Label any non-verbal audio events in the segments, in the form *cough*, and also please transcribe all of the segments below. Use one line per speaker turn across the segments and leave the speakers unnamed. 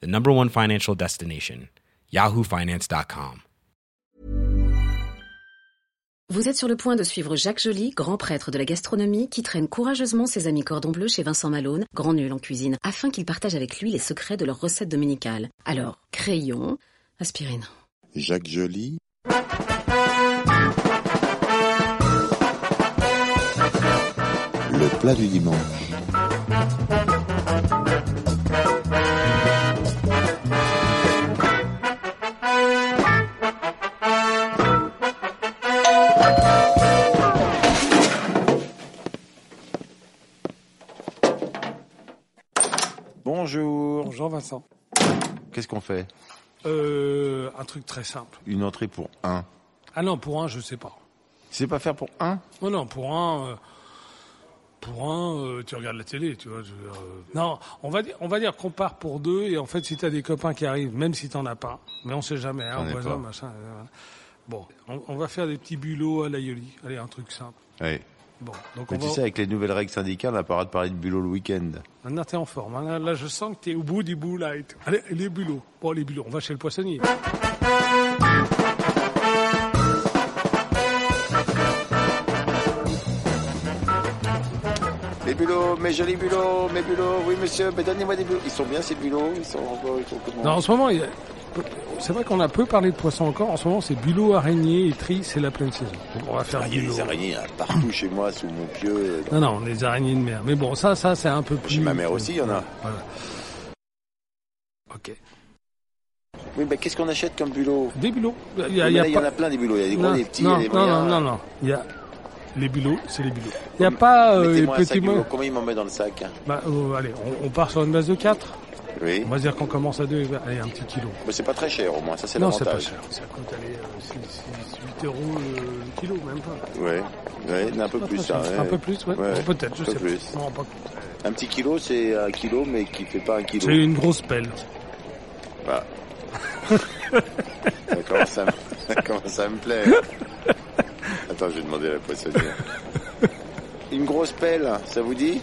the number one financial destination, yahoofinance.com.
Vous êtes sur le point de suivre Jacques Joly, grand prêtre de la gastronomie, qui traîne courageusement ses amis cordon bleu chez Vincent Malone, grand nul en cuisine, afin qu'il partage avec lui les secrets de leurs recettes dominicales. Alors, crayon, aspirine.
Jacques Joly, le plat du dimanche.
Bonjour.
Bonjour Vincent.
Qu'est-ce qu'on fait
Euh, un truc très simple.
Une entrée pour un.
Ah non, pour un, je sais pas.
C'est pas faire pour un
Non, non, pour un, euh, pour un, euh, tu regardes la télé, tu vois. je veux dire, euh, non, on va dire, on va dire qu'on part pour deux et en fait, si t'as des copains qui arrivent, même si t'en as pas, mais on sait jamais, hein,
On est
voisin,
pas.
machin. euh, voilà. Bon, on, on va faire des petits bulots à l'aïoli. Allez, un truc simple.
Oui.
Bon, donc
Mais
on
tu
va.
sais, avec les nouvelles règles syndicales, on a pas le droit de parler de bulot le week-end.
Maintenant, t'es en forme. hein. Là, là, je sens que t'es au bout du bout là. et tout. Allez, les bulots. Bon, les bulots. On va chez le poissonnier.
Les bulots, mes jolis bulots, mes bulots, oui monsieur, mais donnez-moi des bulots. Ils sont bien ces bulots, ils sont encore, ils sont comment
Non, en ce moment, il y a- c'est vrai qu'on a peu parlé de poissons encore. En ce moment, c'est bulot, araignée, étris, c'est la pleine saison. Donc, on va faire
Ah, il y a
bulot.
des araignées hein, partout chez moi, sous mon pieu.
Non, non, les araignées de mer. Mais bon, ça, ça, c'est un peu plus.
Chez ma mère aussi, il y en a.
Voilà. Ok.
Oui, mais qu'est-ce qu'on achète comme bulot
Des bulots. Il y
Mais
a,
là,
il y a
il y
pas-
en a plein des bulots, il y a des
non,
gros, des petits, il y
non,
a des
non,
moyens.
non, non, non. Il y a les bulots, c'est les bulots. Il n'y a pas euh, les
Mettez-moi un
petits
sac de
mots.
bulot, combien il m'en met dans le sac hein
Bah, euh, allez, on, on part sur une base de 4.
Oui.
On va dire qu'on commence à 2. Allez, un petit kilo.
Mais c'est pas très cher au moins, ça c'est
Non, c'est pas
l'avantage.
cher. Ça coûte, allez, euh, 8 euros euh, le kilo, même pas.
Ouais, ouais, un peu
Pas
plus
très
ça.
cher.
ouais.
Un peu plus, ouais.
Ouais, ouais.
Peut-être, je
Un peu
sais
plus.
pas. Non, pas-
Un petit kilo, c'est un kilo, mais qui fait pas un kilo.
C'est une grosse pelle.
Bah. ça, commence à, me- *laughs* ça commence à me plaire. Attends, je vais demander à la poissonnière. Une grosse pelle, ça vous dit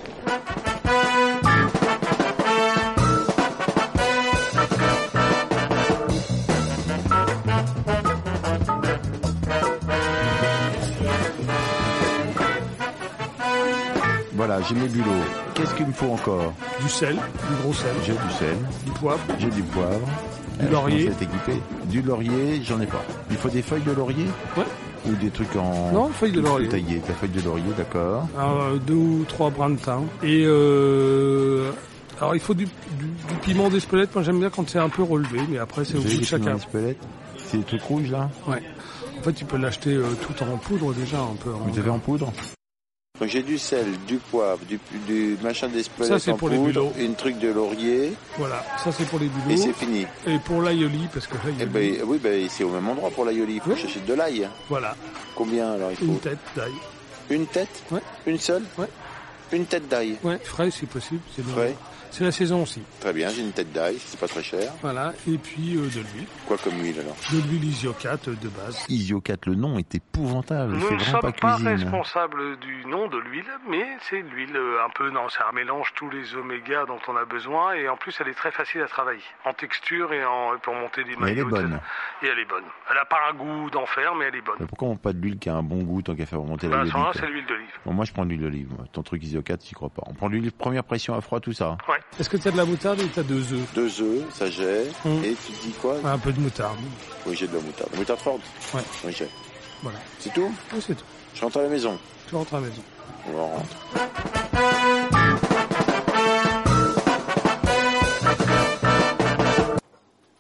Voilà, j'ai mes bulots. Qu'est-ce qu'il me faut encore
Du sel, du gros sel,
J'ai du sel.
du poivre.
J'ai du poivre.
Du
Euh,
laurier.
je commence à être équipé. Du laurier, j'en ai pas. Il faut des feuilles de laurier
Ouais.
Ou des trucs en...
Non, feuille de laurier.
Taillé, de la feuille de laurier, d'accord.
Alors, euh, deux ou trois brins de thym. Et euh, alors il faut du, du, du piment d'Espelette. Moi j'aime bien quand c'est un peu relevé, mais après c'est au
Vous avez
goût de
des piments
chacun.
d'Espelette C'est des trucs rouges, là
Ouais. En fait tu peux l'acheter euh, tout en poudre déjà un peu. hein.
Vous avez en poudre Donc j'ai du sel, du poivre, du, du machin
Ça,
d'Espelette
c'est
en
pour les bulots.
poudre, une truc de laurier,
Voilà, ça c'est pour les
et
bulots.
c'est fini.
Et, pour l'aïoli, parce que
Eh
l'aïoli,
ben, oui, ben, c'est au même endroit pour l'aïoli. Il faut
Oui.
chercher de l'ail.
voilà,
Combien, alors, il faut
une tête d'ail.
Une tête
Ouais.
Une seule
Ouais.
Une tête d'ail.
Ouais, frais si possible, c'est bien.
Frais.
C'est la saison aussi.
Très bien, j'ai une tête d'ail, c'est pas très cher.
Voilà, et puis euh, de l'huile,
Quoi comme huile, alors
de l'huile isiocate euh, de base.
Isiocat, le nom est épouvantable.
Nous
c'est
ne
vraiment pas
sommes pas,
cuisine.
responsables du nom de l'huile, mais c'est de l'huile euh, un peu, non, c'est un mélange tous les omégas dont on a besoin, et en plus elle est très facile à travailler, en texture et en, pour monter des
Mais elle est
maillots. etc.
bonne.
Et elle est bonne. Elle n'a pas un goût d'enfer, mais elle est bonne.
Mais pourquoi on prend pas de l'huile qui a un bon goût tant qu'à faire remonter
Bah, à
la
ce
l'huile
moment-là, c'est l'huile d'olive.
bon, Moi, je prends de l'huile d'olive. moi. Ton truc Isiocat, j'y crois pas. On prend de l'huile première pression à froid, tout ça.
Ouais. Est-ce que tu as de la moutarde ou tu as deux œufs
Deux œufs, ça gère.
Mm.
Et tu te dis quoi
Un peu de moutarde.
Oui, j'ai de la moutarde. Moutarde forte
Ouais.
Oui, j'ai.
Voilà.
C'est tout
c'est tout.
Je rentre à la maison.
Tu rentres à la maison.
On rentre.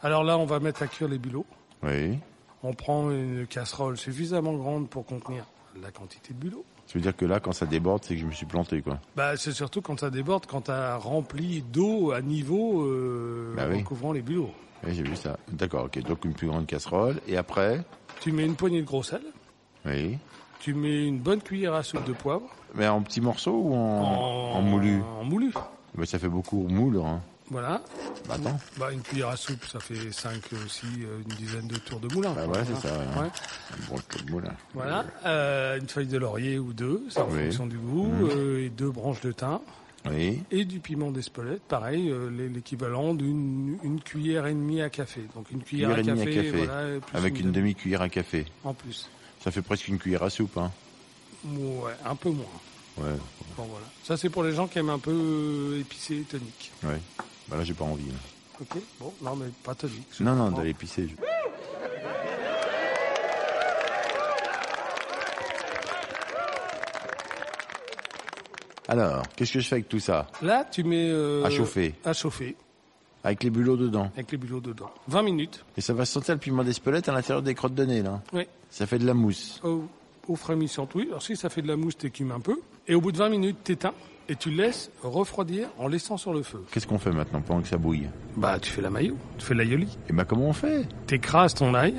Alors là, on va mettre à cuire les bulots.
Oui.
On prend une casserole suffisamment grande pour contenir la quantité de bulots.
Ça veut dire que là, quand ça déborde, c'est que je me suis planté, quoi.
Bah, c'est surtout quand ça déborde, quand t'as rempli d'eau à niveau euh,
Bah oui.
recouvrant les bulots.
Oui, j'ai vu ça. D'accord, ok. Donc une plus grande casserole. Et après
Tu mets une poignée de gros sel.
Oui.
Tu mets une bonne cuillère à soupe de poivre.
Mais en petits morceaux ou en,
Oh.
en moulu
En moulu.
Mais ça fait beaucoup moule, hein.
Voilà.
Bah attends.
Bah, une cuillère à soupe, ça fait 5, 6, une dizaine de tours de moulin.
Bah
quoi.
ouais, c'est ça, ouais.
Ouais.
Bon, le code moule. hein.
Voilà. Euh, une feuille de laurier ou deux, ça en
Oui. Mhm.
fonction du goût. euh, et deux branches de thym.
Oui.
Et du piment d'Espelette, pareil, euh, l'é- l'équivalent d'une une cuillère et demie à café. Donc une cuillère,
Cuillère et
à
demie à
café,
café.
voilà, plus
Avec une
demi-
demi-cuillère à café.
En plus.
Ça fait presque une cuillère à soupe, hein.
Ouais, un peu moins.
Ouais,
Bon, voilà. Ça, c'est pour les gens qui aiment un peu euh, épicé et tonique.
ouais. Bah là, j'ai pas envie. là.
Ok Bon, non, mais pas tonique. je
Non, non,
comprends.
d'aller pisser. je- Alors, qu'est-ce que je fais avec tout ça
Là, tu mets. euh,
À chauffer.
À chauffer,
Avec les bulots dedans.
avec les bulots dedans. 20 minutes.
Et ça va sentir le piment d'Espelette à l'intérieur des crottes de nez, là.
Oui.
Ça fait de la mousse.
Au, au frémissante, oui. Alors, si ça fait de la mousse, t'écumes un peu. Et au bout de 20 minutes, t'éteins. Et tu laisses refroidir en laissant sur le feu.
Qu'est-ce qu'on fait maintenant pendant que ça bouille
Bah, tu fais la maillot, tu fais l'aioli.
Et bah comment on fait
T'écrases ton ail.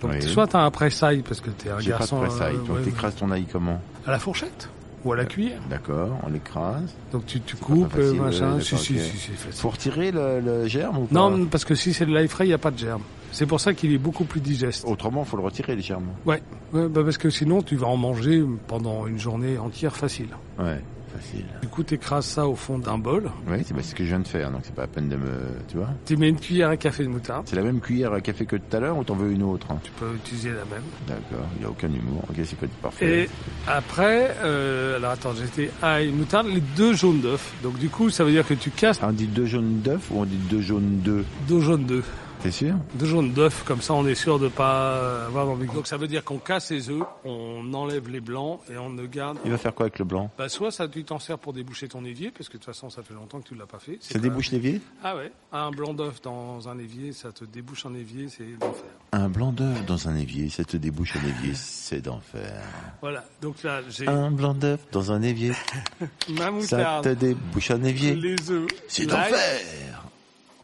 Donc,
Oui.
soit t'as un pressail parce que t'es un
J'ai pas de
garçon.
pressaille.
euh,
Donc
ouais,
t'écrases ton ail comment
À la fourchette ou à la cuillère.
D'accord, on l'écrase.
Donc, tu, tu coupes,
facile,
euh, machin.
ouais,
Si, si,
d'accord,
si,
ok.
c'est facile.
Faut retirer le, le germe ou pas
Non, mais parce que si c'est de l'ail frais, il n'y a pas de germe. C'est pour ça qu'il est beaucoup plus digeste.
Autrement, faut le retirer, les germes.
Ouais, Ouais, bah parce que sinon tu vas en manger pendant une journée entière facile.
Ouais, facile.
Du coup, t'écrases ça au fond d'un bol,
Oui, c'est bah, c'est ce que je viens de faire, donc c'est pas la peine de me... Tu vois
tu mets une cuillère à café de moutarde,
C'est la même cuillère à café que tout à l'heure ou t'en veux une autre hein
tu peux utiliser la même.
D'accord, il n'y a aucun humour. Ok, c'est pas parfait.
Et après, euh, alors attends, j'étais ail, moutarde, les deux jaunes d'œufs. Donc du coup, ça veut dire que tu casses
Ah, On dit deux jaunes d'œufs ou on dit deux jaunes d'œufs
deux jaunes d'œufs.
T'es sûr
Deux jaunes d'œufs, comme ça on est sûr de pas euh, avoir d'ambiguïté. Donc ça veut dire qu'on casse les œufs, on enlève les blancs et on ne garde
Il va faire quoi avec le blanc
Bah soit ça tu t'en sers pour déboucher ton évier parce que de toute façon ça fait longtemps que tu l'as pas fait.
Ça
pas-
débouche l'évier
Ah ouais, un blanc d'œuf dans un évier, ça te débouche un évier, c'est l'enfer.
Un blanc d'œuf dans un évier, ça te débouche un évier, c'est d'enfer.
Voilà, donc là j'ai
Un blanc d'œuf dans un évier,
ma
Ah, ça te
moutarde,
débouche un évier,
les œufs,
c'est
l'ail.
d'enfer.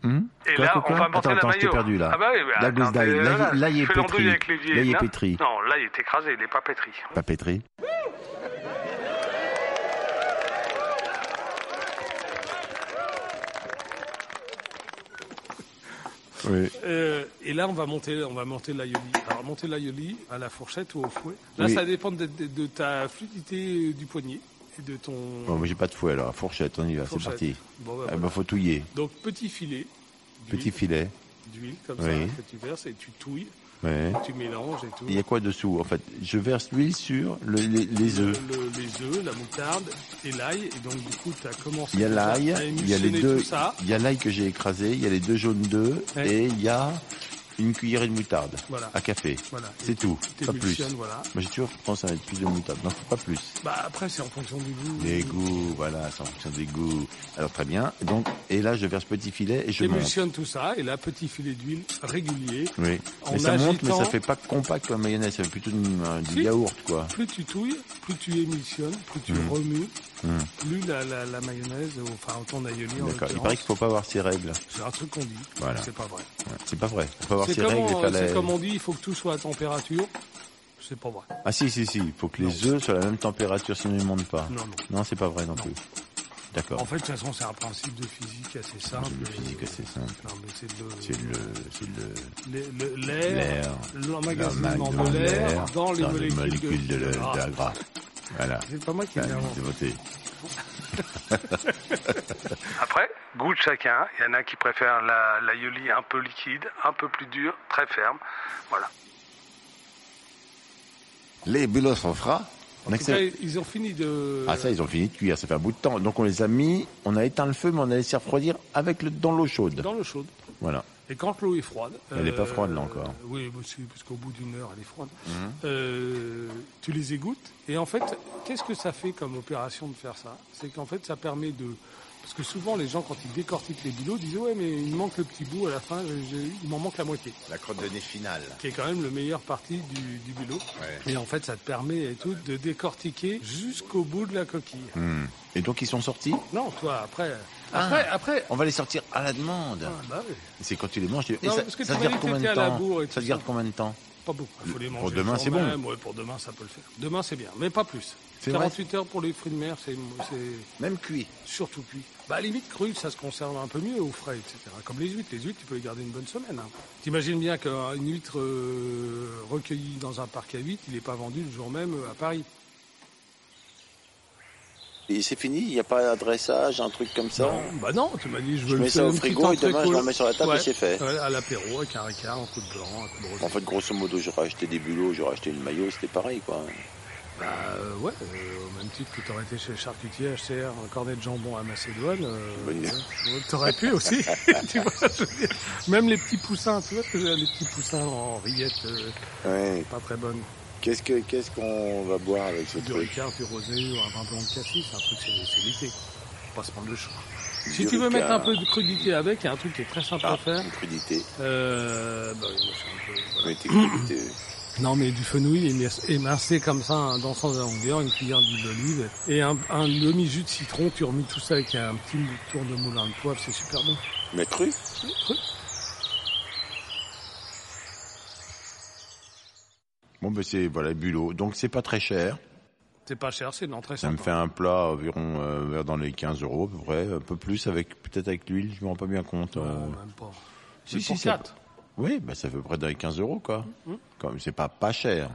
Hum
Et
Quoi,
là,
quoi,
on
quoi
va monter
Attends,
la
attends, je t'ai
maillot.
perdu là.
Ah bah oui, bah,
la gousse
attends,
d'ail,
euh,
l'ail-
là,
l'ail
je
est
fais l'andouille
pétri.
avec l'évier.
L'ail est
Non,
pétri.
Non, l'ail est écrasé, il n'est pas pétri.
Pas pétri. Oui.
Euh, et là on va monter, on va monter l'aioli. Alors monter l'aioli à la fourchette ou au fouet. Là
Oui.
ça dépend de, de- de ta fluidité du poignet et de ton.
Bon, moi j'ai pas de fouet alors, fourchette, on y va, c'est
fourchette.
parti.
Bon, bah,
Ah,
voilà.
bah, faut touiller,
Donc petit filet.
petit
d'huile-
filet.
d'huile comme
Oui.
ça que tu verses et tu touilles,
Ouais.
tu mélanges et tout.
Il y a quoi dessous en fait Je verse l'huile sur le- les, les œufs.
Le- les œufs, la moutarde et l'ail. Et donc, du coup, tu as commencé
Il y a
déjà
l'ail,
à
il y a les
émulsionner
deux,
tout ça.
il y a l'ail que j'ai écrasé, il y a les deux jaunes d'œufs
Ouais.
et il y a une cuillerée de moutarde
Voilà.
à café.
Voilà.
C'est tout, pas plus.
T'émulsionnes, voilà.
Moi j'ai toujours tendance à mettre plus de moutarde, non, pas plus.
Bah, après, c'est en fonction du goût.
Les goûts, voilà, ça en fonction des goûts. Alors très bien. Donc et là je verse petit filet et je monte.
T'émulsionnes tout ça. Et là, petit filet d'huile régulier.
Oui.
En
mais ça monte, mais
agitant.
ça fait pas compact comme la mayonnaise, ça fait plutôt une- un- du
Si.
yaourt quoi.
Plus tu touilles, plus tu émulsionnes, plus tu
Mm.
remues,
Mm.
plus la, la, la mayonnaise, ou, enfin ton aioli en
D'accord. Il
l'occurrence.
paraît qu'il faut pas avoir ses règles.
C'est un truc qu'on dit,
Voilà.
c'est pas vrai.
Ouais. C'est pas vrai. Faut pas avoir
C'est
ses
comme,
règles et
on-
faire
c'est
la-
comme on dit, il faut que tout soit à température, c'est pas vrai.
Ah si si si, il faut que les œufs soient à la même température sinon ils montent pas.
Non, non.
Non, c'est pas vrai non,
Non.
plus.
En
D'accord.
fait, de toute façon, c'est un principe de physique assez simple.
C'est le physique assez simple.
Non, mais c'est
C'est
de
le c'est le
le- le- l'air,
l'air.
l'emmagasinement
l'emmagasinement
de l'air dans Eh, les
dans
molécules,
de, le-
Ah,
de la gras. Voilà.
C'est pas moi qui
Ah,
l'ai
c'est
inventé.
voté.
Après, goût de chacun. Il y en a qui préfèrent la, l'aioli un peu liquide, un peu plus dur, très ferme. Voilà.
Les bulots sont frais. On
En tout
accepte.
cas, ils ont fini de...
Ah ça, ils ont fini de cuire, ça fait un bout de temps. Donc on les a mis, on a éteint le feu, mais on a laissé refroidir avec le dans l'eau chaude.
Dans l'eau chaude.
Voilà.
Et quand l'eau est froide...
Elle est pas froide, là, encore. Mhm.
Oui, bah, si, parce qu'au bout d'une heure, elle est froide. Euh, tu les égouttes. Et en fait, qu'est-ce que ça fait comme opération de faire ça C'est qu'en fait, ça permet de Parce que souvent, les gens, quand ils décortiquent les bilots, disent Ouais, mais il me manque le petit bout à la fin, j'ai- j'ai- il m'en manque la moitié.
La crotte de nez finale.
Qui est quand même le meilleur parti du, du bilot.
Ouais.
Et en fait, ça te permet et tout de décortiquer jusqu'au bout de la coquille.
Hmm. Et donc ils sont sortis
Non, toi, après.
Ah.
Après, après.
On va les sortir à la demande.
Ah, bah oui,
C'est quand tu les manges, tu... Et
Non,
ça,
parce que
ça
tu
te garde
m'avais dit que
combien de
t'étais à la
temps
bourre et
Ça te
tout
garde
ça.
combien de temps
pas beaucoup. Il faut les manger.
demain,
le
c'est
soir
bon.
même. Ouais, pour demain, ça peut le faire. Demain, c'est bien, mais pas plus.
C'est vrai
48 heures pour les fruits de mer, c'est c'est-
Même cuit.
Surtout cuit. Bah, à la limite, cru, ça se conserve un peu mieux au frais, etc. Comme les huîtres. Les huîtres, tu peux les garder une bonne semaine. hein. T'imagines bien qu'une huître euh, recueillie dans un parc à huîtres, il n'est pas vendu le jour même euh, à Paris.
Et c'est fini, il n'y a pas un dressage, un truc comme ça
Bah non, tu m'as dit, je veux
Je mets
me
ça
faire
au
une
frigo
petite
et demain, je
entrecôte.
le remets sur la table et
Ouais.
c'est fait.
Ouais, à l'apéro, avec un ricard, un coup de blanc, un coup de rosé.
En fait, grosso modo, j'aurais acheté des bulots, j'aurais acheté une maillot, c'était pareil, quoi.
Bah euh, ouais, euh, au même titre que t'aurais été chez le charcutier, HCR, un cornet de jambon à Macédoine, euh,
Bonne idée.
euh, t'aurais
*laughs*
pu aussi, *laughs* tu vois, je veux dire. même les petits poussins, tu vois, que j'ai, les petits poussins en rillettes, euh,
Ouais.
pas très bonnes,
Qu'est-ce que- qu'est-ce qu'on va boire avec ce
du
truc
ricard, du rosé, ou un vin blanc de cassis, c'est un truc, c'est, c'est l'été, faut pas se prendre le chou. Si
Du
tu veux
Ricard.
mettre un peu de crudité avec, il y a un truc qui est très simple
Ah,
à faire,
une crudité.
euh, bah, oui, moi, je suis un peu, voilà.
Mais t'es crudité.
Non, mais du fenouil émi- émincé comme ça, hein, dans son longueur, une cuillère d'huile d'olive et un, un demi-jus de citron. Tu remis tout ça avec un petit tour de moulin de poivre, c'est super bon.
Mais cru
Bon, ben c'est, voilà, bulot. Donc c'est pas très cher.
C'est pas cher, c'est une entrée
Ça me fait un plat environ euh, vers dans les 15 euros, à peu près. Un peu plus, avec peut-être avec l'huile, je me rends pas bien compte.
Ouais,
euh.
même pas.
Si,
Mais
si,
pour
ça-
quatre.
Oui, bah ça fait près d'un 15 euros, quoi.
Mm-hmm.
Comme c'est pas pas cher.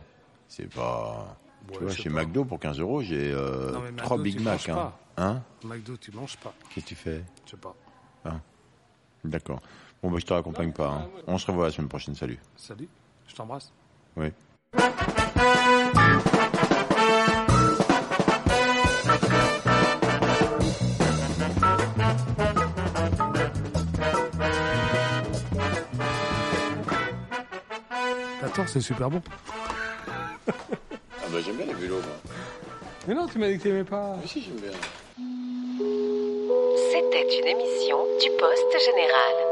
C'est pas.
Ouais,
tu vois,
je sais
chez
pas.
McDo, pour 15 euros, j'ai euh,
Non, mais McDo,
trois Big
tu
Mac.
manges
Hein.
pas.
Hein
McDo, tu manges pas.
Qu'est-ce que tu fais
Je sais pas.
D'accord. Bon, bah, je te raccompagne pas. hein. On se revoit la semaine prochaine. Salut.
Salut, je t'embrasse.
Oui.
Attends, c'est super bon.
Ah bah j'aime bien les bulots, moi.
Mais non, tu m'as dit que t'aimais pas.
Ah si, j'aime bien.
C'était une émission du Poste Général.